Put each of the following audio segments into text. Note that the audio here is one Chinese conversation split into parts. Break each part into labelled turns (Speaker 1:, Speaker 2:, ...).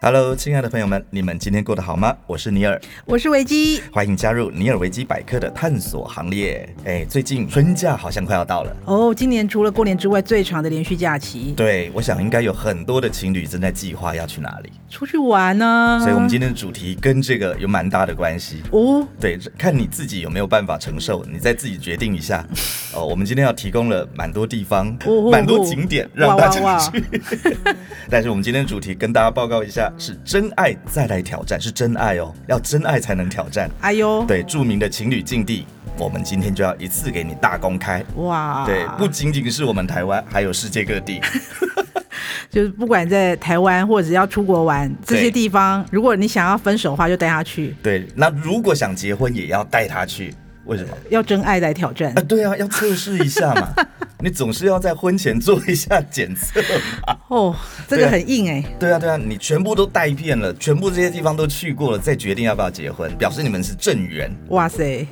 Speaker 1: Hello，亲爱的朋友们，你们今天过得好吗？我是尼尔，
Speaker 2: 我是维基。
Speaker 1: 欢迎加入尼尔维基百科的探索行列。哎，最近春假好像快要到了。
Speaker 2: 哦，今年除了过年之外，最长的连续假期，
Speaker 1: 对，我想应该有很多的情侣正在计划要去哪里，
Speaker 2: 出去玩呢、
Speaker 1: 所以我们今天的主题跟这个有蛮大的关系。
Speaker 2: 哦，
Speaker 1: 对，看你自己有没有办法承受，你再自己决定一 下。哦，我们今天要提供了蛮多地方
Speaker 2: 哦哦、
Speaker 1: 蛮多景点让大家
Speaker 2: 哇哇
Speaker 1: 去。 但是我们今天的主题跟大家报告一下，是真爱再来挑战，是真爱哦，要真爱才能挑战。
Speaker 2: 哎呦，
Speaker 1: 对，著名的情侣禁地，我们今天就要一次给你大公开。
Speaker 2: 哇，
Speaker 1: 对，不仅仅是我们台湾，还有世界各地。
Speaker 2: 就是不管在台湾或者要出国玩这
Speaker 1: 对
Speaker 2: 些地方，如果你想要分手的话，就带他去，
Speaker 1: 对，那如果想结婚，也要带他去。为什么？
Speaker 2: 要真爱来挑战
Speaker 1: 啊，。对啊，要测试一下嘛。你总是要在婚前做一下检测嘛。
Speaker 2: 哦，这
Speaker 1: 对
Speaker 2: 个
Speaker 1: 啊
Speaker 2: 很硬哎、
Speaker 1: 对啊，对啊，你全部都带遍了，全部这些地方都去过了，再决定要不要结婚，表示你们是正缘。
Speaker 2: 哇塞，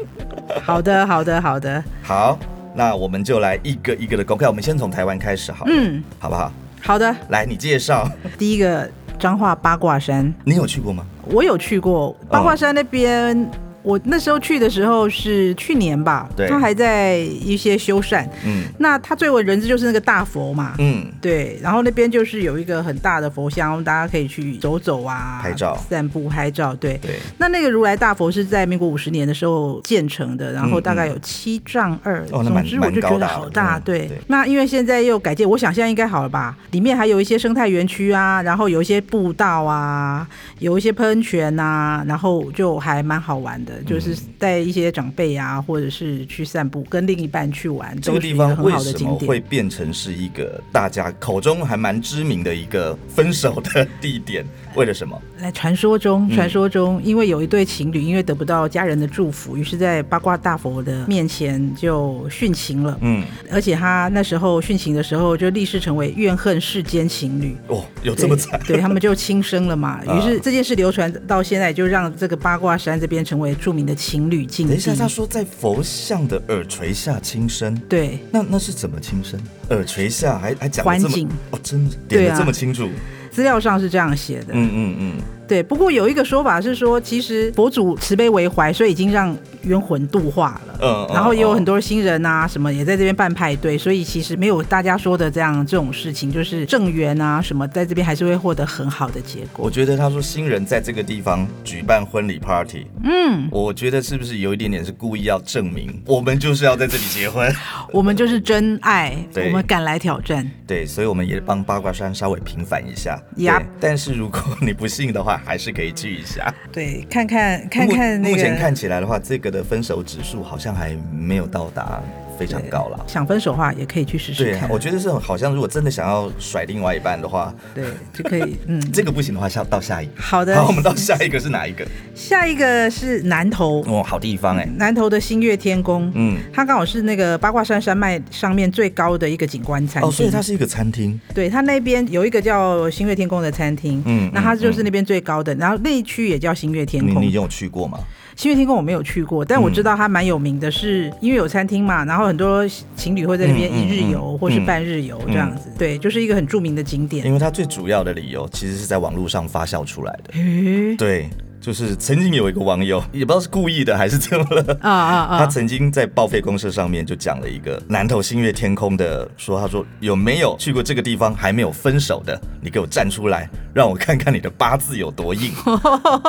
Speaker 2: 好的，好的，好的，
Speaker 1: 好，那我们就来一个一个的公开。我们先从台湾开始好，嗯，
Speaker 2: 嗯，
Speaker 1: 好不好？
Speaker 2: 好的。
Speaker 1: 来，你介绍，
Speaker 2: 第一个彰化八卦山，
Speaker 1: 你有去过吗？
Speaker 2: 我有去
Speaker 1: 哦
Speaker 2: 过八卦山那边。我那时候去的时候是去年吧
Speaker 1: 对，
Speaker 2: 它还在一些修缮。
Speaker 1: 嗯
Speaker 2: 那它最为人知就是那个大佛嘛，
Speaker 1: 嗯，
Speaker 2: 对。然后那边就是有一个很大的佛像，大家可以去走走啊，
Speaker 1: 拍照
Speaker 2: 散步、拍照。对。
Speaker 1: 对，
Speaker 2: 那那个如来大佛是在民国五十年的时候建成的，然后
Speaker 1: 嗯
Speaker 2: 大概有七丈二、
Speaker 1: 哦那蛮
Speaker 2: 总之我就觉得好
Speaker 1: 蛮高大
Speaker 2: 大。
Speaker 1: 的
Speaker 2: 对
Speaker 1: 嗯对
Speaker 2: 那因为现在又改建，我想现在应该好了吧？里面还有一些生态园区啊，然后有一些步道啊，有一些喷泉呐、然后就还蛮好玩的，
Speaker 1: 嗯
Speaker 2: 就是带一些长辈啊，或者是去散步，跟另一半去玩，
Speaker 1: 这个
Speaker 2: 都是
Speaker 1: 地
Speaker 2: 一个
Speaker 1: 方
Speaker 2: 很
Speaker 1: 为
Speaker 2: 好的
Speaker 1: 什
Speaker 2: 景
Speaker 1: 么会
Speaker 2: 点。
Speaker 1: 变成是一个大家口中还蛮知名的一个分手的地点？ 为了什么？
Speaker 2: 来，传说中，
Speaker 1: 嗯
Speaker 2: 传说中，因为有一对情侣因为得不到家人的祝福，于是在八卦大佛的面前就殉情了。
Speaker 1: 嗯，
Speaker 2: 而且他那时候殉情的时候，就立誓成为怨恨世间情侣。
Speaker 1: 哦，有
Speaker 2: 对
Speaker 1: 这么惨？
Speaker 2: 对他们就轻生了嘛。
Speaker 1: 啊
Speaker 2: 于是这件事流传到现在，就让这个八卦山这边成为著名的情侣 禁
Speaker 1: 等一
Speaker 2: 地
Speaker 1: 下，。他说在佛像的耳垂下轻声，
Speaker 2: 对，
Speaker 1: 那那是怎么轻声？耳垂下还还讲得
Speaker 2: 环
Speaker 1: 这
Speaker 2: 境
Speaker 1: 么哦，真的
Speaker 2: 对啊
Speaker 1: 点的这么清楚？
Speaker 2: 资料上是这样写的。
Speaker 1: 嗯嗯嗯，
Speaker 2: 对，不过有一个说法是说，其实佛祖慈悲为怀，所以已经让冤魂度化了。
Speaker 1: 嗯嗯
Speaker 2: 然后也有
Speaker 1: 嗯
Speaker 2: 很多新人啊，什么也在这边办派对，所以其实没有大家说的这样这种事情，就是正缘啊什么，在这边还是会获得很好的结
Speaker 1: 我
Speaker 2: 果。
Speaker 1: 觉得他说新人在这个地方举办婚礼 party，嗯，我觉得是不是有一点点是故意要证明我们就是要在这里结婚？
Speaker 2: 我们就是真爱，
Speaker 1: 对
Speaker 2: 我们敢来挑战。
Speaker 1: 对，所以我们也帮八卦山稍微平反一下。
Speaker 2: Yup
Speaker 1: 对但是如果你不信的话，还是可以去一下。
Speaker 2: 对，看看看看
Speaker 1: 目
Speaker 2: 那
Speaker 1: 目前
Speaker 2: 个
Speaker 1: 看起来的话，这个的分手指数好像还没有到达非常高啦。
Speaker 2: 想分手的话，也可以去试试
Speaker 1: 对啊
Speaker 2: 看。，
Speaker 1: 我觉得是好像如果真的想要甩另外一半的话，
Speaker 2: 对就可以。嗯，
Speaker 1: 这个不行的话，下到下一个。
Speaker 2: 好的。
Speaker 1: 好，我们到下一个是哪一个？
Speaker 2: 下一个是南投，
Speaker 1: 哦，好地方哎、
Speaker 2: 南投的星月天宫，
Speaker 1: 嗯，
Speaker 2: 它刚好是那个八卦山山脉上面最高的一个景观餐厅。
Speaker 1: 哦，所以它是一个餐厅，
Speaker 2: 对它那边有一个叫星月天宫的餐厅，
Speaker 1: 嗯
Speaker 2: 那它就是那边最高的，然后那一区也叫星月天
Speaker 1: 你
Speaker 2: 宫
Speaker 1: 你。有去过吗？
Speaker 2: 星月天宫我没有去过，但我
Speaker 1: 嗯
Speaker 2: 知道它蛮有名的是，因为有餐厅嘛，然后很多情侣会在那边
Speaker 1: 嗯嗯
Speaker 2: 一日游、
Speaker 1: 嗯
Speaker 2: 或是半日游这样子，对，就是一个很著名的景点。
Speaker 1: 因为它最主要的理由其实是在网络上发酵出来的。
Speaker 2: 诶
Speaker 1: 对，就是曾经有一个网友，也不知道是故意的还是怎么了。
Speaker 2: 啊啊
Speaker 1: 他
Speaker 2: 啊！
Speaker 1: 曾经在报废公社上面就讲了一个南投星月天空的说，他说有没有去过这个地方还没有分手的，你给我站出来，让我看看你的八字有多 硬。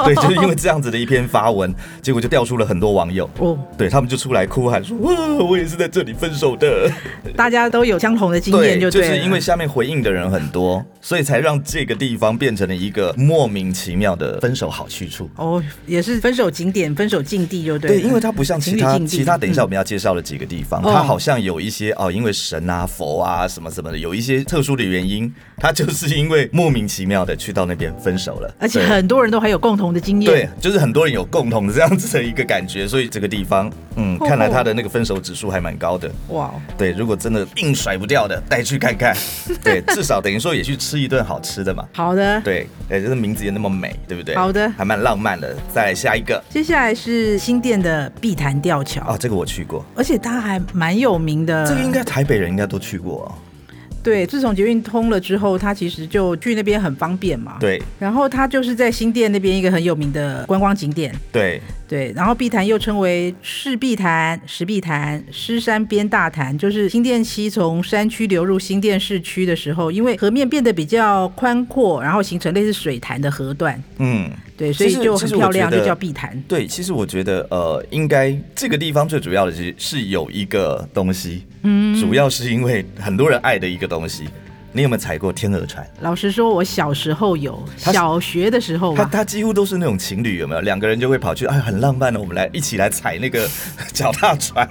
Speaker 1: 对，就是因为这样子的一篇发文，结果就调出了很多网友，
Speaker 2: 哦，
Speaker 1: 对他们就出来哭喊说，哇，我也是在这里分手的。
Speaker 2: 大家都有相同的经验就
Speaker 1: 就
Speaker 2: 了
Speaker 1: 是因为下面回应的人很多，所以才让这个地方变成了一个莫名其妙的分手好去处。
Speaker 2: 哦，也是分手景点、分手禁地就对嗯了。
Speaker 1: 对，因为它不像其他
Speaker 2: 情侣禁地
Speaker 1: 其他，等一下我们要介绍的几个地方，
Speaker 2: 嗯哦
Speaker 1: 它好像有一些哦，因为神啊、佛啊什么什么的，有一些特殊的原因，它就是因为莫名其妙的去到那边分手了，
Speaker 2: 而且
Speaker 1: 对
Speaker 2: 很多人都还有共同的经验。
Speaker 1: 对，就是很多人有共同的这样子的一个感觉，所以这个地方，嗯，
Speaker 2: 哦
Speaker 1: 看来它的那个分手指数还蛮高的。
Speaker 2: 哇哦，
Speaker 1: 对，如果真的硬甩不掉的，带去看看。对，至少等于说也去吃一顿好吃的嘛。
Speaker 2: 好的，
Speaker 1: 对，哎，这个名字也那么美，对不对？
Speaker 2: 好的
Speaker 1: 还蛮浪漫的。再来下一个哦
Speaker 2: 接下来是新店的碧潭吊桥，
Speaker 1: 啊、这个我去过，
Speaker 2: 而且它还蛮有名的。
Speaker 1: 这个应该台北人应该都去过、哦。
Speaker 2: 对，自从捷运通了之后，它其实就去那边很方便嘛。。
Speaker 1: 对
Speaker 2: 然后它就是在新店那边一个很有名的观光景点，
Speaker 1: 对，
Speaker 2: 对。然后碧潭又称为赤碧潭、石碧潭、狮山边大潭，就是新店溪从山区流入新店市区的时候，因为河面变得比较宽阔，然后形成类似水潭的河段，
Speaker 1: 嗯，
Speaker 2: 对，所以
Speaker 1: 其实
Speaker 2: 就
Speaker 1: 其
Speaker 2: 很
Speaker 1: 实我
Speaker 2: 漂亮，
Speaker 1: 觉得
Speaker 2: 就叫碧潭。
Speaker 1: 对，其实我觉得呃，应该这个地方最主要的是是有一个东西，嗯，主要是因为很多人爱的一个东西。你有没有踩过天鹅船？
Speaker 2: 老实说，我小时候有，
Speaker 1: 它是
Speaker 2: 小学的时候
Speaker 1: 它
Speaker 2: 吧，
Speaker 1: 它几乎都是那种情侣，有没有？两个人就会跑去，哎，很浪漫的，我们来一起来踩那 个脚踏船。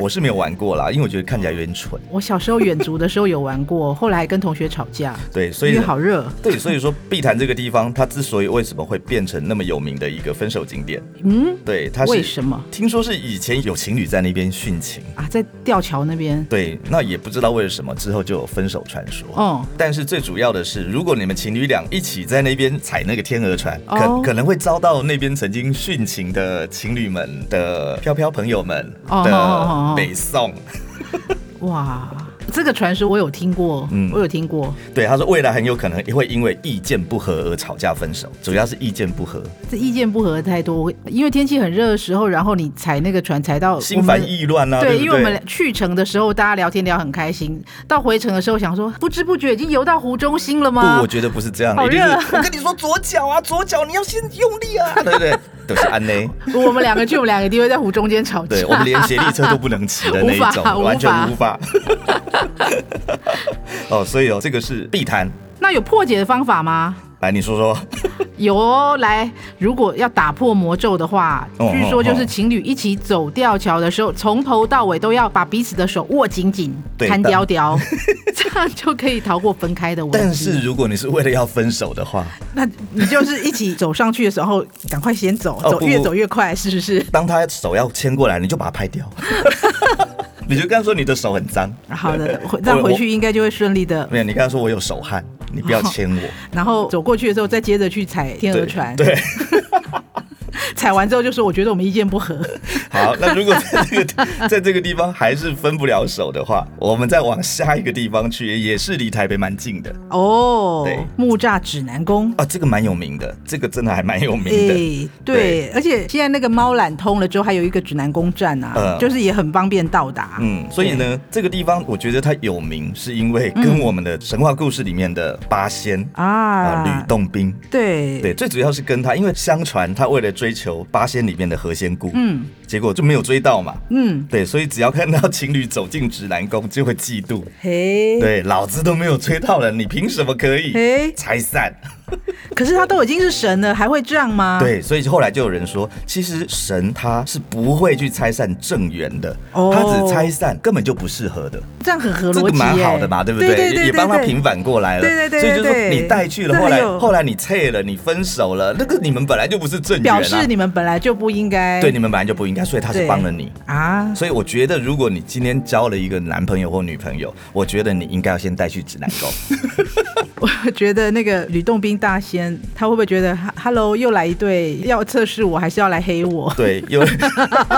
Speaker 1: 我是没有玩过啦，因为我觉得看起来有点蠢。
Speaker 2: 我小时候远足的时候有玩过， 后来还跟同学吵架，
Speaker 1: 对，所
Speaker 2: 因
Speaker 1: 以
Speaker 2: 为好热。
Speaker 1: 对，所以说碧潭这个地方，它之所以为什么会变成那么有名的一个分手景点，
Speaker 2: 嗯，
Speaker 1: 对，它
Speaker 2: 为
Speaker 1: 是
Speaker 2: 什么
Speaker 1: 听说是以前有情侣在那边殉情，
Speaker 2: 啊？在吊桥那边，
Speaker 1: 对，那也不知道为什么之后就有分手传说。
Speaker 2: 哦，
Speaker 1: 但是最主要的是，如果你们情侣俩一起在那边踩那个天鹅船，可、
Speaker 2: 哦
Speaker 1: 可能会遭到那边曾经殉情的情侣们的飘飘朋友们
Speaker 2: 哦哦哦哦
Speaker 1: 的
Speaker 2: 哦
Speaker 1: 北宋。
Speaker 2: 哇，这个传说我有听过，
Speaker 1: 嗯
Speaker 2: 我有听过，
Speaker 1: 对，他说未来很有可能会因为意见不合而吵架分手，主要是意见不合，
Speaker 2: 这意见不合太多，我因为天气很热的时候，然后你踩那个船踩到
Speaker 1: 心烦
Speaker 2: 我们
Speaker 1: 意乱啊，
Speaker 2: 对，
Speaker 1: 不
Speaker 2: 因为我们去程的时候大家聊天聊很开心，到回程的时候想说，不知不觉已经游到湖中心了
Speaker 1: 不，
Speaker 2: 吗
Speaker 1: 我？觉得不是这样，
Speaker 2: 好
Speaker 1: 一定
Speaker 2: 热
Speaker 1: 是我跟你说左脚啊，左脚你要先用力啊，对不对？ 都是安内，
Speaker 2: 我们两个去，我们两个一定会在湖中间吵架
Speaker 1: 对。我们连协力车都不能骑的那一
Speaker 2: 无法
Speaker 1: 种，完
Speaker 2: 无法
Speaker 1: 全无法。 哦，所以哦，这个是必谈。
Speaker 2: 那有破解的方法吗？
Speaker 1: 来，你说说，
Speaker 2: 有哦，来，如果要打破魔咒的话，
Speaker 1: 哦
Speaker 2: 据说就
Speaker 1: 哦
Speaker 2: 是情侣一起走吊桥的时候，从头到尾都要把彼此的手握紧紧，
Speaker 1: 对
Speaker 2: 弹雕雕， 这样就可以逃过分开的危机。
Speaker 1: 但是如果你是为了要分手的话，
Speaker 2: 那你就是一起走上去的时候，赶快先走，
Speaker 1: 哦
Speaker 2: 走
Speaker 1: 不
Speaker 2: 越
Speaker 1: 不
Speaker 2: 走越快，是不是？
Speaker 1: 当他手要牵过来，你就把他拍掉， 你就跟他说你的手很脏。
Speaker 2: 好的，回这样
Speaker 1: 我
Speaker 2: 回去应该就会顺利的。
Speaker 1: 没有，你跟他说我有手汗，你不要牵我。
Speaker 2: 然后走过去的时候，再接着去踩天鹅
Speaker 1: 对
Speaker 2: 船，
Speaker 1: 对，
Speaker 2: 踩完之后就说我觉得我们意见不合，
Speaker 1: 好，那如果在这个在这个地方还是分不了手的话，我们再往下一个地方去，也是离台北蛮近的
Speaker 2: 哦
Speaker 1: 对，
Speaker 2: 木栅指南宫。
Speaker 1: 啊，这个蛮有名的，这个真的还蛮有名的。
Speaker 2: 诶，哎对，而且现在那个猫缆通了之后，还有一个指南宫站啊，
Speaker 1: 嗯
Speaker 2: 就是也很方便到达。
Speaker 1: 嗯，所以呢，这个地方我觉得它有名，是因为跟我们的神话故事里面的八仙啊、
Speaker 2: 啊，
Speaker 1: 吕洞宾，
Speaker 2: 对
Speaker 1: 对，最主要是跟他，因为相传他为了追求八仙里面的何仙姑，
Speaker 2: 嗯
Speaker 1: 结果就没有追到嘛。
Speaker 2: 嗯，
Speaker 1: 对，所以只要看到情侣走进指南宫，就会嫉妒。
Speaker 2: 嘿，
Speaker 1: 对，老子都没有追到人，你凭什么可以？
Speaker 2: 嘿，
Speaker 1: 拆散。
Speaker 2: 可是他都已经是神了，还会这样吗？，
Speaker 1: 对，所以后来就有人说，其实神他是不会去拆散正缘的，
Speaker 2: 哦
Speaker 1: 他只拆散根本就不适合的，
Speaker 2: 这样很合
Speaker 1: 这
Speaker 2: 逻
Speaker 1: 个
Speaker 2: 辑、耶。
Speaker 1: 蛮好的嘛，对不
Speaker 2: 对？对
Speaker 1: 也帮他平。反过来了。
Speaker 2: 对对对
Speaker 1: 所以就是
Speaker 2: 对
Speaker 1: 说
Speaker 2: 对
Speaker 1: 你带去了，
Speaker 2: 这
Speaker 1: 后来
Speaker 2: 很有
Speaker 1: 后来你退了，你分手了，那个你们本来就不是正缘
Speaker 2: 表示
Speaker 1: 啊，
Speaker 2: 你们本来就不应该
Speaker 1: 对你们本来就不应该，所以他是
Speaker 2: 对
Speaker 1: 帮了你。
Speaker 2: 啊，
Speaker 1: 所以我觉得，如果你今天交了一个男朋友或女朋友，我觉得你应该要先带去指南 宫。
Speaker 2: 我觉得那个吕洞宾大仙，他会不会觉得哈，Hello，又来一对，要测试我还是要来黑我？
Speaker 1: 对，又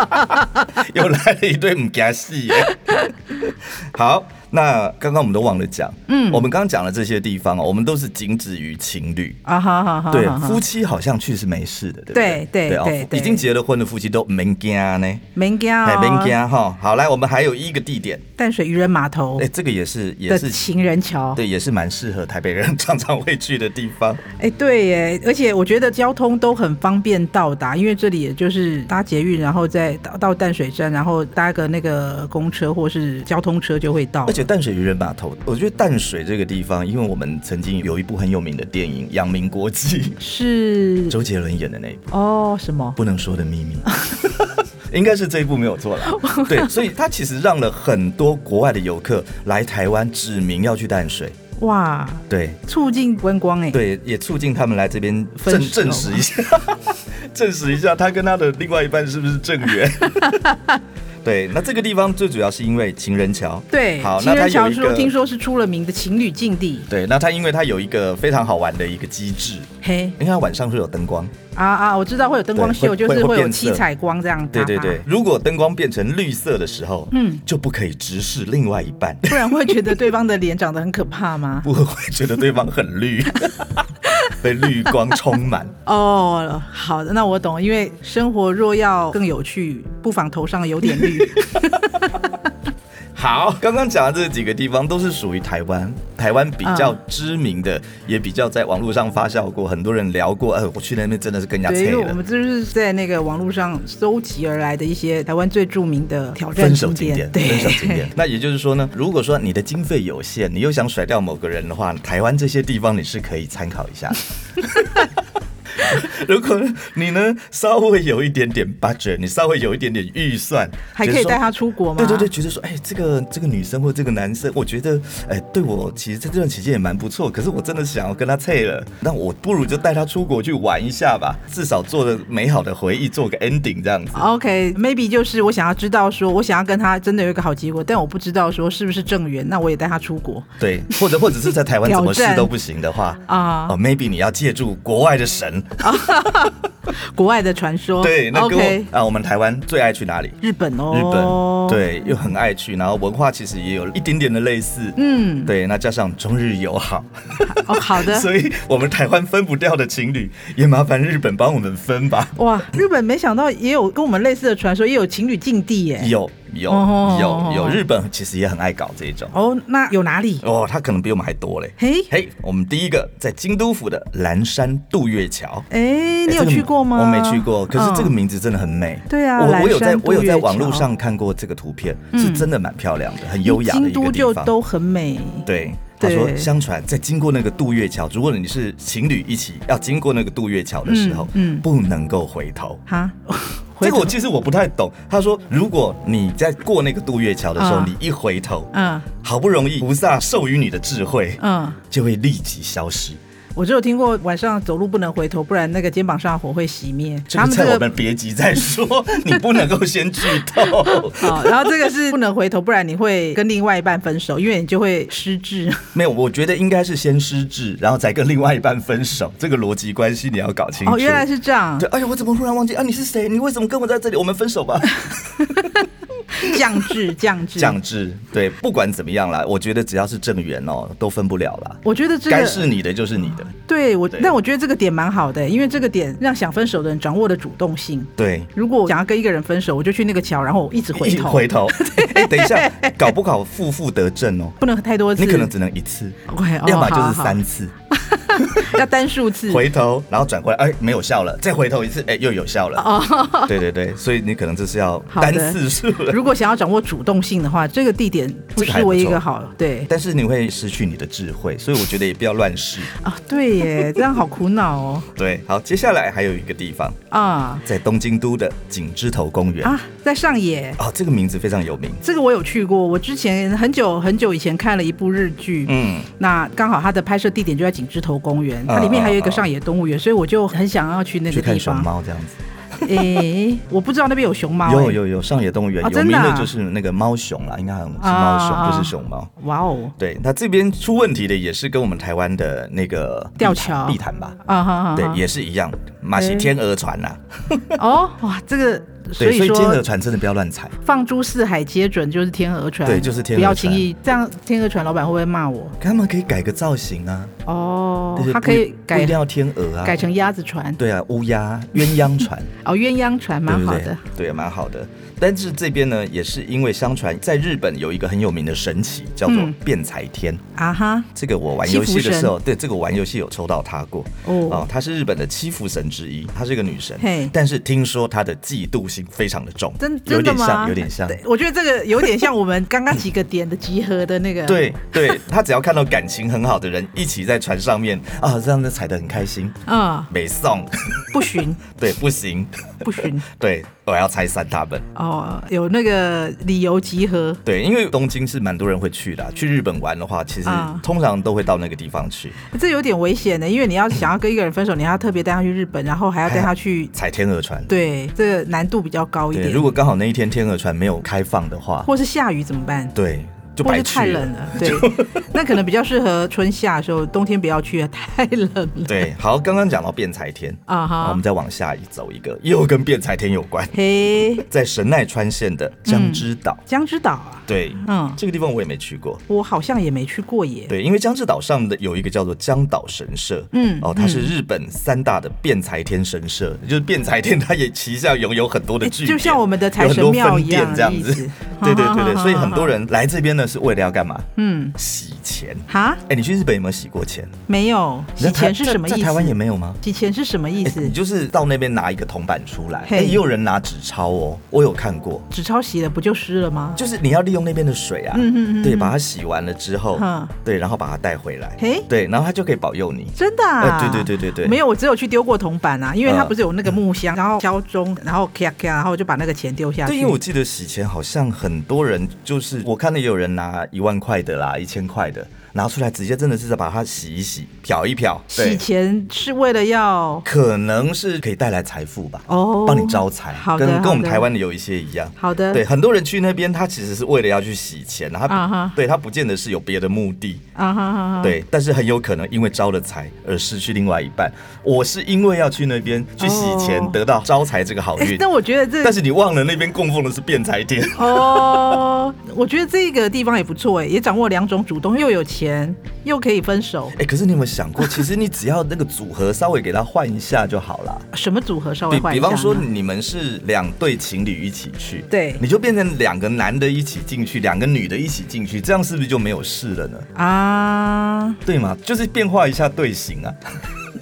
Speaker 1: 又来了一堆唔加戏耶。 好，那刚刚我们都忘了讲，嗯，我们刚刚讲了这些地方哦，我们都是仅止于情侣。
Speaker 2: 啊哈哈哈！
Speaker 1: 对
Speaker 2: 哈，哈
Speaker 1: 夫妻好像去是没事的，对不对？
Speaker 2: 对对
Speaker 1: 哦
Speaker 2: 对对
Speaker 1: 已经结了婚的夫妻都没惊呢，
Speaker 2: 免惊
Speaker 1: 哎，没
Speaker 2: 哦，
Speaker 1: 惊哈。好，来，我们还有一个地点，
Speaker 2: 淡水渔人码头
Speaker 1: 哎，这个也是也
Speaker 2: 哦的
Speaker 1: 是
Speaker 2: 情人桥。
Speaker 1: 对，也是蛮适合台北人常常会去的地方。
Speaker 2: 哎、对耶，而且我觉得交通都很方便到达，因为这里也就是搭捷运，然后再到到淡水站，然后搭个那个公车或是交通车就会到
Speaker 1: 而。且淡水渔人码头，我觉得淡水这个地方，因为我们曾经有一部很有名的电影《扬名国际》，
Speaker 2: 是
Speaker 1: 周杰伦演的那一部《
Speaker 2: 哦，什么？
Speaker 1: 不能说的秘密》， 应该是这一部没有错啦。对，所以它其实让了很多国外的游客来台湾指明要去淡水。
Speaker 2: 哇，
Speaker 1: 对
Speaker 2: 促进观光哎。
Speaker 1: 对，也促进他们来这边
Speaker 2: 分
Speaker 1: 证
Speaker 2: 手
Speaker 1: 证 实 一下，证实一下他跟他的另外一半是不是正缘。对，那这个地方最主要是因为情人桥。
Speaker 2: 对，
Speaker 1: 好，
Speaker 2: 情
Speaker 1: 那它
Speaker 2: 人桥
Speaker 1: 有一
Speaker 2: 说
Speaker 1: 个
Speaker 2: 听说是出了名的情侣禁地，
Speaker 1: 对，那它因为它有一个非常好玩的一个机制，
Speaker 2: 嘿
Speaker 1: 因为它晚上会有灯光。
Speaker 2: 啊啊，我知道会有灯光
Speaker 1: 对
Speaker 2: 秀，
Speaker 1: 会
Speaker 2: 就是
Speaker 1: 会
Speaker 2: 会有
Speaker 1: 变色
Speaker 2: 七彩光这样，
Speaker 1: 对对对，，如果灯光变成绿色的时候，
Speaker 2: 啊嗯，
Speaker 1: 就不可以直视另外一半，
Speaker 2: 不然会觉得对方的脸长得很可怕吗？
Speaker 1: 不会觉得对方很 绿，被绿光充满。
Speaker 2: 哦，好的，那我懂，因为生活若要更有趣，不妨头上有点绿。
Speaker 1: 好，刚刚讲的这几个地方都是属于台湾，台湾比
Speaker 2: 嗯
Speaker 1: 较知名的，也比较在网络上发酵过，很多人聊过。呃，我去那边真的是跟人家
Speaker 2: 对，因
Speaker 1: 吹
Speaker 2: 为我
Speaker 1: 了
Speaker 2: 们。就是在那个网络上搜集而来的一些台湾最著名的挑战
Speaker 1: 分手景点，分手景
Speaker 2: 对，
Speaker 1: 点。那也就是说呢，如果说你的经费有限，你又想甩掉某个人的话，台湾这些地方你是可以参考一下的。 如果你呢稍微有一点点 budget，你稍微有一点点预算，
Speaker 2: 还
Speaker 1: 觉
Speaker 2: 可
Speaker 1: 得
Speaker 2: 以
Speaker 1: 说
Speaker 2: 带他出国吗？
Speaker 1: 对对对，，觉得说，哎，这个这个女生或这个男生，我觉得，哎，对我其实在这段期间也蛮不错，可是我真的想要跟他退了，那我不如就带他出国去玩一下吧，至少做的美好的回忆，做个 ending 这样
Speaker 2: 啊
Speaker 1: 子。
Speaker 2: OK，maybe、就是我想要知道说，我想要跟他真的有一个好结果，但我不知道说是不是正缘，那我也带他出国
Speaker 1: 对，或者或者是在台 湾
Speaker 2: 挑
Speaker 1: 怎么试
Speaker 2: 战
Speaker 1: 都不行的话。
Speaker 2: 啊、
Speaker 1: 哦、m a y b e 你要借助国外的神，
Speaker 2: 国外的传说。
Speaker 1: 对，那跟我
Speaker 2: 哦 OK，
Speaker 1: 啊，我们台湾最爱去哪里？
Speaker 2: 日本
Speaker 1: 日本，
Speaker 2: 哦，，
Speaker 1: 对，又很爱去，然后文化其实也有一点点的类似，
Speaker 2: 嗯，
Speaker 1: 对，那加上中日友好，
Speaker 2: 哦，好 的。
Speaker 1: 所以我们台湾分不掉的情侣，也麻烦日本帮我们分吧。
Speaker 2: 哇，日本没想到也有跟我们类似的传说，也有情侣禁地耶。
Speaker 1: 有有
Speaker 2: 哎哦
Speaker 1: 有有，日本其实也很爱搞这一种
Speaker 2: 哦，那有哪里？
Speaker 1: 哦，他可能比我们还多嘞。
Speaker 2: 嘿，
Speaker 1: 嘿，我们第一个在京都府的岚山渡月桥。
Speaker 2: 哎，你
Speaker 1: 哎
Speaker 2: 有
Speaker 1: 这个
Speaker 2: 去过吗？
Speaker 1: 我没去过，可是这个
Speaker 2: 嗯
Speaker 1: 名字真的很美。
Speaker 2: 对啊
Speaker 1: 我我有
Speaker 2: 岚
Speaker 1: 在
Speaker 2: 山渡
Speaker 1: 我
Speaker 2: 月桥嗯
Speaker 1: 有在网络上看过这个图片，是真的蛮漂亮的，很优雅的
Speaker 2: 京
Speaker 1: 一个
Speaker 2: 都
Speaker 1: 地
Speaker 2: 就
Speaker 1: 方。
Speaker 2: 都很美。
Speaker 1: 对，他
Speaker 2: 对
Speaker 1: 说相传在经过那个渡月桥，如果你是情侣一起要经过那个渡月桥的时候，
Speaker 2: 嗯嗯
Speaker 1: 不能够回头。
Speaker 2: 哈，
Speaker 1: 这个我其实我不太懂。他说，如果你在过那个渡月桥的时候，
Speaker 2: 啊
Speaker 1: 你一回头，
Speaker 2: 嗯
Speaker 1: 好不容易菩萨授予你的智慧，
Speaker 2: 嗯，
Speaker 1: 就会立即消失。
Speaker 2: 我只有听过晚上走路不能回头，不然那个肩膀上的火会熄灭。
Speaker 1: 这个菜我们别急再 说，你不能够先剧透。
Speaker 2: 哦，然后这个是不能回头，不然你会跟另外一半分手，因为你就会 失智。
Speaker 1: 没有，我觉得应该是先失智，然后再跟另外一半分手，这个逻辑关系你要搞清楚。
Speaker 2: 哦，原来是这样
Speaker 1: 对，，哎呀，我怎么忽然忘记啊？你是谁？你为什么跟我在这里？我们分手 吧。
Speaker 2: 降 智降智。
Speaker 1: 降智，对，不管怎么样啦，我觉得只要是正缘哦，都分不了啦。
Speaker 2: 我觉得这
Speaker 1: 该
Speaker 2: 个
Speaker 1: 是你的就是你的，
Speaker 2: 对我，
Speaker 1: 对
Speaker 2: 但我觉得这个点蛮好的，因为这个点让想分手的人掌握了主动性。
Speaker 1: 对。
Speaker 2: 如果我想要跟一个人分手，我就去那个桥，然后我一直回
Speaker 1: 一
Speaker 2: 头，
Speaker 1: 回 头，哎、等一下，搞不好负负得正哦。
Speaker 2: 不能太多次，
Speaker 1: 你可能只能一次，
Speaker 2: OK，哦
Speaker 1: 要么就
Speaker 2: 好
Speaker 1: 是
Speaker 2: 好
Speaker 1: 三次，
Speaker 2: 要单数次。
Speaker 1: 回头然后转回来，哎，没有效了，再回头一次，哎，又有效了。
Speaker 2: 哦，
Speaker 1: 对对对，所以你可能就是要
Speaker 2: 好
Speaker 1: 单
Speaker 2: 的
Speaker 1: 次数 了，
Speaker 2: 如果想要掌握主动性的话，这个地点不
Speaker 1: 这个还
Speaker 2: 失
Speaker 1: 不
Speaker 2: 为一
Speaker 1: 错
Speaker 2: 个好对
Speaker 1: 但是你会失去你的智慧，所以我觉得也不要乱试。
Speaker 2: 啊，对耶，这样好苦恼哦
Speaker 1: 对，好，接下来还有一个地方，
Speaker 2: 啊
Speaker 1: 在东京都的景之头公园。
Speaker 2: 啊，在上野。
Speaker 1: 哦，这个名字非常有名。
Speaker 2: 这个我有去过，我之前很久很久以前看了一部日剧，
Speaker 1: 嗯，
Speaker 2: 那刚好它的拍摄地点就在景之头公园，
Speaker 1: 啊
Speaker 2: 它里面还有一
Speaker 1: 啊
Speaker 2: 个
Speaker 1: 啊
Speaker 2: 上野动物园，所以我就很想要去那
Speaker 1: 去
Speaker 2: 个
Speaker 1: 看
Speaker 2: 地
Speaker 1: 熊
Speaker 2: 方。
Speaker 1: 猫这样子。
Speaker 2: 诶，我不知道那边有熊 猫、
Speaker 1: 有
Speaker 2: 诶
Speaker 1: 有有，上野动物园、
Speaker 2: 哦
Speaker 1: 有
Speaker 2: 真
Speaker 1: 名
Speaker 2: 的啊
Speaker 1: 的就是那个猫熊啦，应该好像是猫熊，
Speaker 2: 啊啊
Speaker 1: 不是熊猫。
Speaker 2: 哇哦，
Speaker 1: 对，那这边出问题的也是跟我们台湾的那个
Speaker 2: 吊
Speaker 1: 碧潭
Speaker 2: 桥
Speaker 1: 碧潭吧，
Speaker 2: 啊哈哈，
Speaker 1: 对，
Speaker 2: 哈
Speaker 1: 也是一样，马戏
Speaker 2: 哎
Speaker 1: 天鹅船呐，
Speaker 2: 哦哇，这个所
Speaker 1: 对，所
Speaker 2: 以
Speaker 1: 以天鹅
Speaker 2: 说
Speaker 1: 船真的不要乱踩。
Speaker 2: 放诸四海皆准就是天鹅船，
Speaker 1: 对就是天鹅
Speaker 2: 不要
Speaker 1: 船
Speaker 2: 轻易这样，天鹅船老板会不会骂我？
Speaker 1: 他们可以改个造型啊，
Speaker 2: 哦
Speaker 1: 对，对
Speaker 2: 它
Speaker 1: 不
Speaker 2: 可以
Speaker 1: 一不一
Speaker 2: 改
Speaker 1: 定要天鹅啊，
Speaker 2: 改成鸭子船，
Speaker 1: 对啊，乌鸦、鸳鸯 船，
Speaker 2: 哦，鸳鸯船蛮
Speaker 1: 对不
Speaker 2: 好
Speaker 1: 对
Speaker 2: 的，
Speaker 1: 对，蛮好的。但是这边呢，也是因为相传在日本有一个很有名的神奇，叫做
Speaker 2: 嗯
Speaker 1: 变财天。
Speaker 2: 啊哈，
Speaker 1: 这个我玩游戏的时候，对这个我玩游戏有抽到她过哦
Speaker 2: 哦，，
Speaker 1: 她是日本的七福神之一，她是一个女神
Speaker 2: 嘿，
Speaker 1: 但是听说她的嫉妒心非常的重，
Speaker 2: 真
Speaker 1: 有
Speaker 2: 真的
Speaker 1: 点
Speaker 2: 吗？
Speaker 1: 像，有点像。
Speaker 2: 对我觉得这个有点像我们刚刚几个点的集合的那个，
Speaker 1: 对对，她只要看到感情很好的人一起在船上面啊，这样子踩得很开心，
Speaker 2: 啊、
Speaker 1: 没送，
Speaker 2: 不寻
Speaker 1: 对，不行，
Speaker 2: 不寻
Speaker 1: 对，我要拆散他们。
Speaker 2: 哦，有那个理由集合
Speaker 1: 对，因为东京是蛮多人会去的啊、去日本玩的话，其实
Speaker 2: 啊
Speaker 1: 通常都会到那个地方去
Speaker 2: 这有点危险的，因为你要想要跟一个人分手，你还要特别带他去日本，然后还要带他去，
Speaker 1: 踩天鹅船。
Speaker 2: 对，这个难度度比较高一
Speaker 1: 哎对，
Speaker 2: 点
Speaker 1: 如，果刚好那一天天鹅船没有开放的话，
Speaker 2: 或是下雨怎么办？
Speaker 1: 对，就
Speaker 2: 或
Speaker 1: 白
Speaker 2: 是太
Speaker 1: 去
Speaker 2: 冷。 了，对，那可能比较适合春夏的时候，冬天不要去，太冷了
Speaker 1: 对，嗯好，刚刚讲到变财天，
Speaker 2: 啊
Speaker 1: 好我
Speaker 2: 哈
Speaker 1: 们。再往下一走一个，又跟变财天有关，
Speaker 2: 嘿，
Speaker 1: 在神奈川县的江之岛。
Speaker 2: 江之岛啊，
Speaker 1: 对，
Speaker 2: 嗯，
Speaker 1: 这个地方我也没去过。
Speaker 2: 我好像也没去过耶。
Speaker 1: 对，因为江之岛上的有一个叫做江岛神社，
Speaker 2: 嗯
Speaker 1: 哦，它是日本三大的变财天神社，就是变财天，它也旗下拥有很多的
Speaker 2: 诶
Speaker 1: 据点，
Speaker 2: 哎就像我们的财
Speaker 1: 有很
Speaker 2: 神
Speaker 1: 多
Speaker 2: 庙
Speaker 1: 分
Speaker 2: 一
Speaker 1: 店
Speaker 2: 样
Speaker 1: 这
Speaker 2: 的
Speaker 1: 样
Speaker 2: 意
Speaker 1: 子
Speaker 2: 思。
Speaker 1: 对对对对，所以很多，
Speaker 2: 哈哈哈哈
Speaker 1: 人来这边呢是为了要干嘛？
Speaker 2: 嗯，
Speaker 1: 洗钱。
Speaker 2: 哈，
Speaker 1: 哎，你去日本有没有洗过钱？
Speaker 2: 没有洗
Speaker 1: 在台
Speaker 2: 钱是
Speaker 1: 在
Speaker 2: 什么意
Speaker 1: 在
Speaker 2: 思？
Speaker 1: 台湾也没有吗？
Speaker 2: 洗钱是什么意
Speaker 1: 哎
Speaker 2: 思
Speaker 1: 你？就是到那边拿一个铜板出来，
Speaker 2: 嘿
Speaker 1: 哎，也有人拿纸钞哦，我有看过。
Speaker 2: 纸钞洗了不就湿了吗？
Speaker 1: 就是你要利用那边的水啊，
Speaker 2: 嗯嗯嗯
Speaker 1: 对，把它洗完了之后
Speaker 2: 嗯，
Speaker 1: 对，然后把它带回来
Speaker 2: 嘿，
Speaker 1: 对，然后它就可以保佑你。
Speaker 2: 真的、啊
Speaker 1: 哎对对对对对
Speaker 2: 没有，我只有去丢过铜板啊，因为它
Speaker 1: 嗯
Speaker 2: 不是有那个木箱，然后敲钟，然后咔咔，然后我就把那个钱丢下去。
Speaker 1: 对，因为我记得洗钱好像很多人就是我看到也有人拿一万块的啦，一千块的拿出来，直接真的是把它洗一洗，漂一漂，
Speaker 2: 洗
Speaker 1: 对，
Speaker 2: 钱是为了要
Speaker 1: 可能是可以带来财富吧，
Speaker 2: 哦，
Speaker 1: 帮你招财，
Speaker 2: 好的
Speaker 1: 跟跟我们
Speaker 2: 好的
Speaker 1: 台湾的有一些一样。
Speaker 2: 好的，
Speaker 1: 对，很多人去那边，他其实是为了要去洗钱，他、
Speaker 2: 啊哈
Speaker 1: 对他不见得是有别的目的。
Speaker 2: 啊哈哈哈，
Speaker 1: 对，但是很有可能因为招了财而失去另外一半。我是因为要去那边去洗钱，
Speaker 2: 哦
Speaker 1: 得到招财这个好
Speaker 2: 诶。
Speaker 1: 运。
Speaker 2: 哎 那我觉得这
Speaker 1: 但是你忘了那边供奉的是变财天，
Speaker 2: 哦，我觉得这个地方也不错哎，也掌握两种主动，又有钱，又可以分手
Speaker 1: 哎、，可是你有没有想过， 其实你只要那个组合稍微给它换一下就好了。
Speaker 2: 什么组合稍微
Speaker 1: 比
Speaker 2: 换一
Speaker 1: 比
Speaker 2: 下呢？
Speaker 1: 方说，你们是两对情侣一起去，
Speaker 2: 对
Speaker 1: 你就变成两个男的一起进去，两个女的一起进去，这样是不是就没有事了呢？
Speaker 2: 啊
Speaker 1: 对吗？就是变化一下队形啊。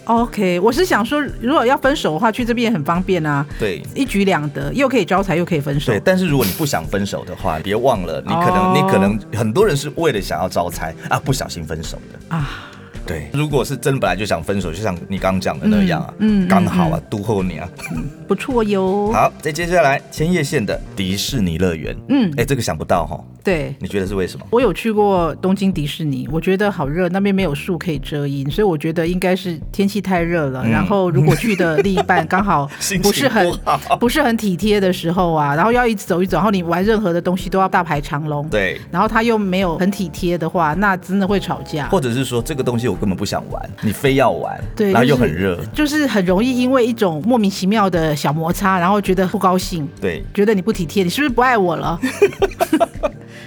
Speaker 2: ，OK，我是想说，如果要分手的话，去这边也很方便啊，
Speaker 1: 对
Speaker 2: 一举两得，又可以招财，又可以分手
Speaker 1: 对，。但是如果你不想分手的话，别忘了，你可能、
Speaker 2: 哦
Speaker 1: 你可能很多人是为了想要招财啊，不小心分手的。
Speaker 2: 啊，
Speaker 1: 对，如果是真的本来就想分手，就像你刚刚讲的那样啊，
Speaker 2: 嗯嗯嗯
Speaker 1: 刚好啊，度后你啊。
Speaker 2: 不错哟。
Speaker 1: 好，再接下来千叶县的迪士尼乐园，
Speaker 2: 嗯
Speaker 1: 哎，这个想不到哈，
Speaker 2: 对，
Speaker 1: 你觉得是为什么？
Speaker 2: 我有去过东京迪士尼，我觉得好热，那边没有树可以遮阴，所以我觉得应该是天气太热了。
Speaker 1: 嗯
Speaker 2: 然后如果去的另一半刚好
Speaker 1: 心情
Speaker 2: 不是很
Speaker 1: 不好
Speaker 2: 是很体贴的时候啊，然后要一直走一走，然后你玩任何的东西都要大排长龙，
Speaker 1: 对，
Speaker 2: 然后他又没有很体贴的话，那真的会吵架。
Speaker 1: 或者是说这个东西我根本不想玩，你非要玩，
Speaker 2: 对
Speaker 1: 然后
Speaker 2: 就
Speaker 1: 又
Speaker 2: 是
Speaker 1: 很热，
Speaker 2: 就是很容易因为一种莫名其妙的小摩擦，然后觉得不高兴，
Speaker 1: 对
Speaker 2: 觉得你不体贴，你是不是不爱 我了？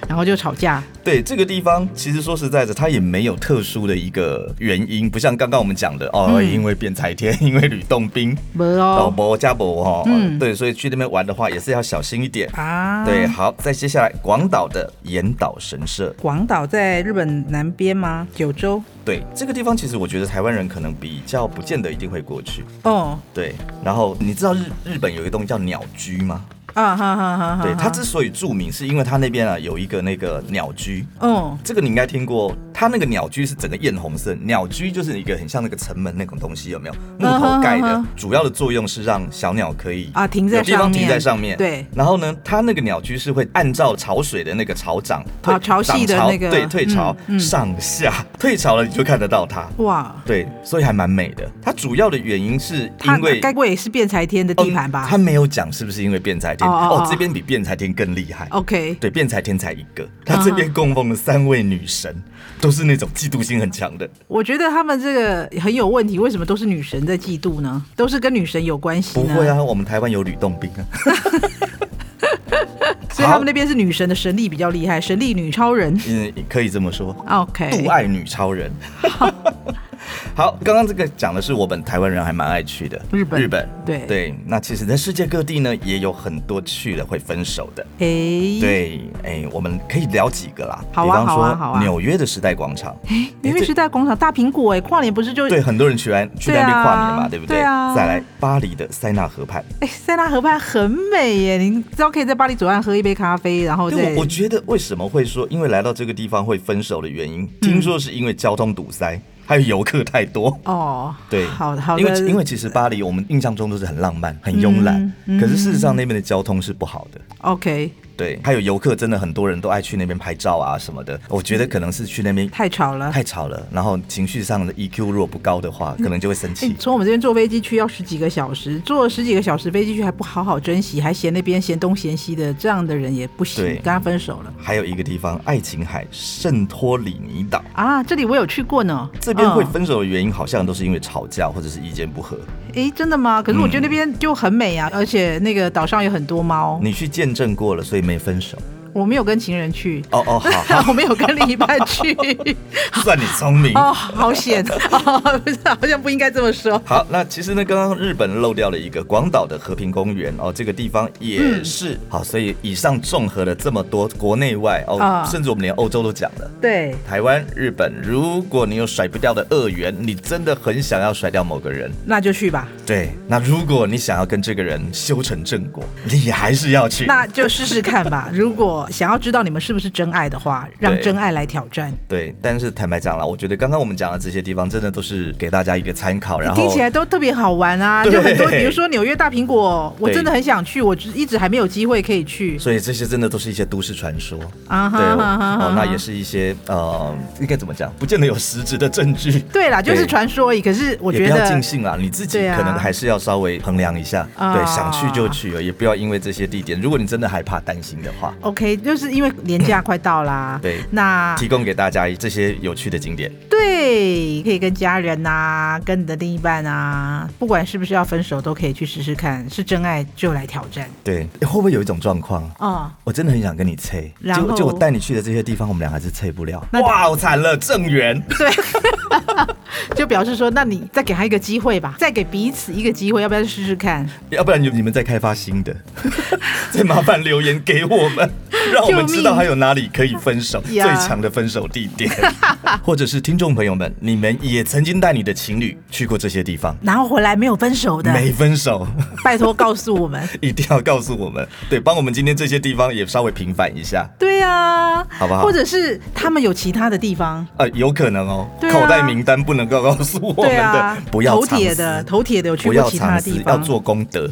Speaker 2: 然后就吵架。
Speaker 1: 对，这个地方其实说实在的，它也没有特殊的一个原因，不像刚刚我们讲的哦，
Speaker 2: 嗯
Speaker 1: 因为变财天，因为吕洞宾，
Speaker 2: 没
Speaker 1: 哦，
Speaker 2: 哦
Speaker 1: 博加博哈，
Speaker 2: 嗯
Speaker 1: 对，所以去那边玩的话也是要小心一点。
Speaker 2: 啊
Speaker 1: 对，好，再接下来广岛的岩岛神社，
Speaker 2: 广岛在日本南边吗？九州？
Speaker 1: 对这个地方，其实我觉得台湾人可能比较不见得一定会过去。
Speaker 2: 哦，
Speaker 1: 对，然后你知道日日本有一个东西叫鸟居吗？
Speaker 2: 啊哈哈哈哈！
Speaker 1: 对，它之
Speaker 2: 是
Speaker 1: 所以著名，是因为它那边啊有一个那个鸟居，
Speaker 2: 哦
Speaker 1: 这个你应该听过，它那个鸟居是整个艳红色，鸟居就是一个很像那个城门那种东西，有没有？木头盖
Speaker 2: 嗯
Speaker 1: 的
Speaker 2: 哼，
Speaker 1: 主要的作用是让小鸟可以
Speaker 2: 啊停在
Speaker 1: 有地方
Speaker 2: 上
Speaker 1: 停
Speaker 2: 面
Speaker 1: 在上面。
Speaker 2: 对
Speaker 1: 然后呢，它那个鸟居是会按照潮水的那个潮涨退
Speaker 2: 啊潮汐的
Speaker 1: 涨潮
Speaker 2: 那个
Speaker 1: 对退潮、
Speaker 2: 嗯嗯
Speaker 1: 上下退潮了，你就看得到它。
Speaker 2: 哇，
Speaker 1: 对，所以还蛮美的。它主要的原因是
Speaker 2: 它
Speaker 1: 因为
Speaker 2: 该不会也是变财天的地盘吧
Speaker 1: 嗯？它没有讲是不是因为变财天
Speaker 2: 哦哦
Speaker 1: 哦
Speaker 2: 哦
Speaker 1: 这边比变财天更厉害。
Speaker 2: OK，
Speaker 1: 对，辩才天才一个，他
Speaker 2: 嗯
Speaker 1: 这边供奉了三位女神，都是那种嫉妒心很强的。
Speaker 2: 我觉得他们这个很有问题，为什么都是女神在嫉妒呢？都是跟女神有关系
Speaker 1: 不
Speaker 2: 呢？
Speaker 1: 会，啊，我们台湾有吕洞宾啊。
Speaker 2: 所以他
Speaker 1: 好
Speaker 2: 们那边是女神的神力比较厉害，神力女超人。
Speaker 1: 嗯，可以这么说，
Speaker 2: OK，
Speaker 1: 杜爱女超人。好，刚刚这个讲的是我们台湾人还蛮爱去的，
Speaker 2: 日本
Speaker 1: 日本，
Speaker 2: 对
Speaker 1: 对。那其实，在世界各地呢，也有很多去了会分手
Speaker 2: 哎
Speaker 1: 的。
Speaker 2: 诶，，
Speaker 1: 对，哎，我们可以聊几个啦，
Speaker 2: 好啊
Speaker 1: 比方
Speaker 2: 好啊好
Speaker 1: 说
Speaker 2: 啊
Speaker 1: 纽约的时代广场，
Speaker 2: 因为时代广场大苹果哎，跨年不是就
Speaker 1: 对，很多人去安去
Speaker 2: 对
Speaker 1: 那
Speaker 2: 啊
Speaker 1: 边跨年嘛，对不对？
Speaker 2: 对啊
Speaker 1: 再来巴黎的塞纳河畔，
Speaker 2: 哎塞纳河畔很美耶，你知道可以在巴黎左岸喝一杯咖啡，然后再
Speaker 1: 对，我我觉得为什么会说，因为来到这个地方会分手的原因，听说是因为交通堵塞，还有游客太多。
Speaker 2: 哦，
Speaker 1: 对，
Speaker 2: 好好的，
Speaker 1: 因为因为其实巴黎我们印象中都是很浪漫、很慵懒，
Speaker 2: 嗯
Speaker 1: 可是事实上那边的交通是不好的。
Speaker 2: OK，
Speaker 1: 对，还有游客真的很多人都爱去那边拍照啊什么的。我觉得可能是去那边
Speaker 2: 太吵了。哎
Speaker 1: 太吵了，然后情绪上的 EQ 如果不高的话，可能就会生
Speaker 2: 哎
Speaker 1: 气。
Speaker 2: 从我们这边坐飞机去要十几个小时，坐了十几个小时飞机去还不好好珍惜，还嫌那边嫌东嫌西的，这样的人也不行，
Speaker 1: 对
Speaker 2: 跟他分手了
Speaker 1: 还有一个地方，爱琴海圣托里尼岛。
Speaker 2: 啊！这里我有去过呢，
Speaker 1: 这边会
Speaker 2: 嗯
Speaker 1: 分手的原因好像都是因为吵架或者是意见不合。
Speaker 2: 诶，真的吗？可是我觉得那边就很美
Speaker 1: 嗯
Speaker 2: 啊，而且那个岛上有很多猫。
Speaker 1: 你去见证过了，所以没分手。
Speaker 2: 我没有跟情人去，
Speaker 1: 哦哦，好，好
Speaker 2: 我没有跟另一半 去，
Speaker 1: 算你聪明。
Speaker 2: 哦，好险！ 哦，不是，好像不应该这么说。
Speaker 1: 好，那其实呢，刚刚日本漏掉了一个广岛的和平公园哦，这个地方也
Speaker 2: 嗯
Speaker 1: 是、好，所以以上综合了这么多国内外哦，
Speaker 2: 啊
Speaker 1: 甚至我们连欧洲都讲了。
Speaker 2: 对，
Speaker 1: 台湾、日本，如果你有甩不掉的恶缘，你真的很想要甩掉某个人，
Speaker 2: 那就去吧，
Speaker 1: 对。那如果你想要跟这个人修成正果，你还是要去。
Speaker 2: 那就试试看 吧。如果想要知道你们是不是真爱的话，让
Speaker 1: 对
Speaker 2: 真爱来挑战。
Speaker 1: 对，但是坦白讲了，我觉得刚刚我们讲的这些地方，真的都是给大家一个参考。然后
Speaker 2: 听起来都特别好玩啊，
Speaker 1: 对
Speaker 2: 就很多，比如说纽约大苹果，我
Speaker 1: 对
Speaker 2: 真的很想去，我只一直还没有机会可以去
Speaker 1: 所以这些真的都是一些都市传说，
Speaker 2: 啊 哈
Speaker 1: 对哦
Speaker 2: 哈哈
Speaker 1: 哦，那
Speaker 2: 哈
Speaker 1: 也是一些呃，应该怎么讲，不见得有实质的证据，
Speaker 2: 对啦，就是
Speaker 1: 对
Speaker 2: 传说而已。可是我
Speaker 1: 也
Speaker 2: 觉
Speaker 1: 不要
Speaker 2: 得
Speaker 1: 尽，信啦，你自己
Speaker 2: 对啊
Speaker 1: 可能还是要稍微衡量一下，
Speaker 2: 啊
Speaker 1: 对，想去就去了，也不要因为这些地点，如果你真的害怕担心的话，，
Speaker 2: OK，就是因为年假快到啦
Speaker 1: 对
Speaker 2: 那
Speaker 1: 提供给大家这些有趣的景点，
Speaker 2: 对可以跟家人呐、跟你的另一半啊，不管是不是要分手，都可以去试试看，是真爱就来挑战
Speaker 1: 对，会不会有一种状况？
Speaker 2: 哦。
Speaker 1: 我真的很想跟你切，
Speaker 2: 然
Speaker 1: 就
Speaker 2: 后
Speaker 1: 就我带你去的这些地方，我们俩还是切不了。
Speaker 2: 那
Speaker 1: 哇，我惨了，正缘。
Speaker 2: 就表示说，那你再给他一个机会吧，再给彼此一个机会，要不要试试看？
Speaker 1: 要不然你你们再开发新的， 再麻烦留言给我 们，让我们知道还有哪里可以分手，最
Speaker 2: 呀
Speaker 1: 强的分手地 点，或者是听众朋友们，你们也曾经带你的情侣去过这些地方，
Speaker 2: 然后回来没有分手的，
Speaker 1: 没分手，
Speaker 2: 拜托告诉 我们。
Speaker 1: 一定要告诉我们，对，帮我们今天这些地方也稍微平反一下，
Speaker 2: 对啊，
Speaker 1: 好不好
Speaker 2: 或者是他们有其他的地方，
Speaker 1: 呃，有可能哦，
Speaker 2: 对啊
Speaker 1: 口袋名单不能够告诉我们
Speaker 2: 对
Speaker 1: 的，
Speaker 2: 啊，
Speaker 1: 不要
Speaker 2: 头
Speaker 1: 藏
Speaker 2: 铁
Speaker 1: 私，
Speaker 2: 的头铁的有去
Speaker 1: 不
Speaker 2: 过
Speaker 1: 要
Speaker 2: 其他
Speaker 1: 藏
Speaker 2: 的
Speaker 1: 私
Speaker 2: 地，
Speaker 1: 要
Speaker 2: 方，
Speaker 1: 做功德。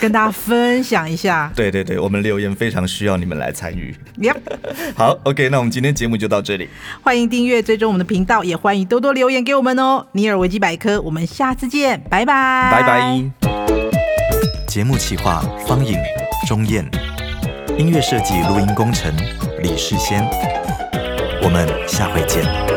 Speaker 2: 跟大家分享一下。
Speaker 1: 对对对，我们留言非常需要你们来参与。
Speaker 2: Yep，
Speaker 1: 好，OK，那我们今天节目就到这里。
Speaker 2: 欢迎订阅追踪我们的频道，也欢迎多多留言给我们哦。尼尔维基百科，我们下次见，拜拜，
Speaker 1: 拜拜。。节目企划：方颖、钟燕，音乐设计、录音工程：李世先。我们下回见。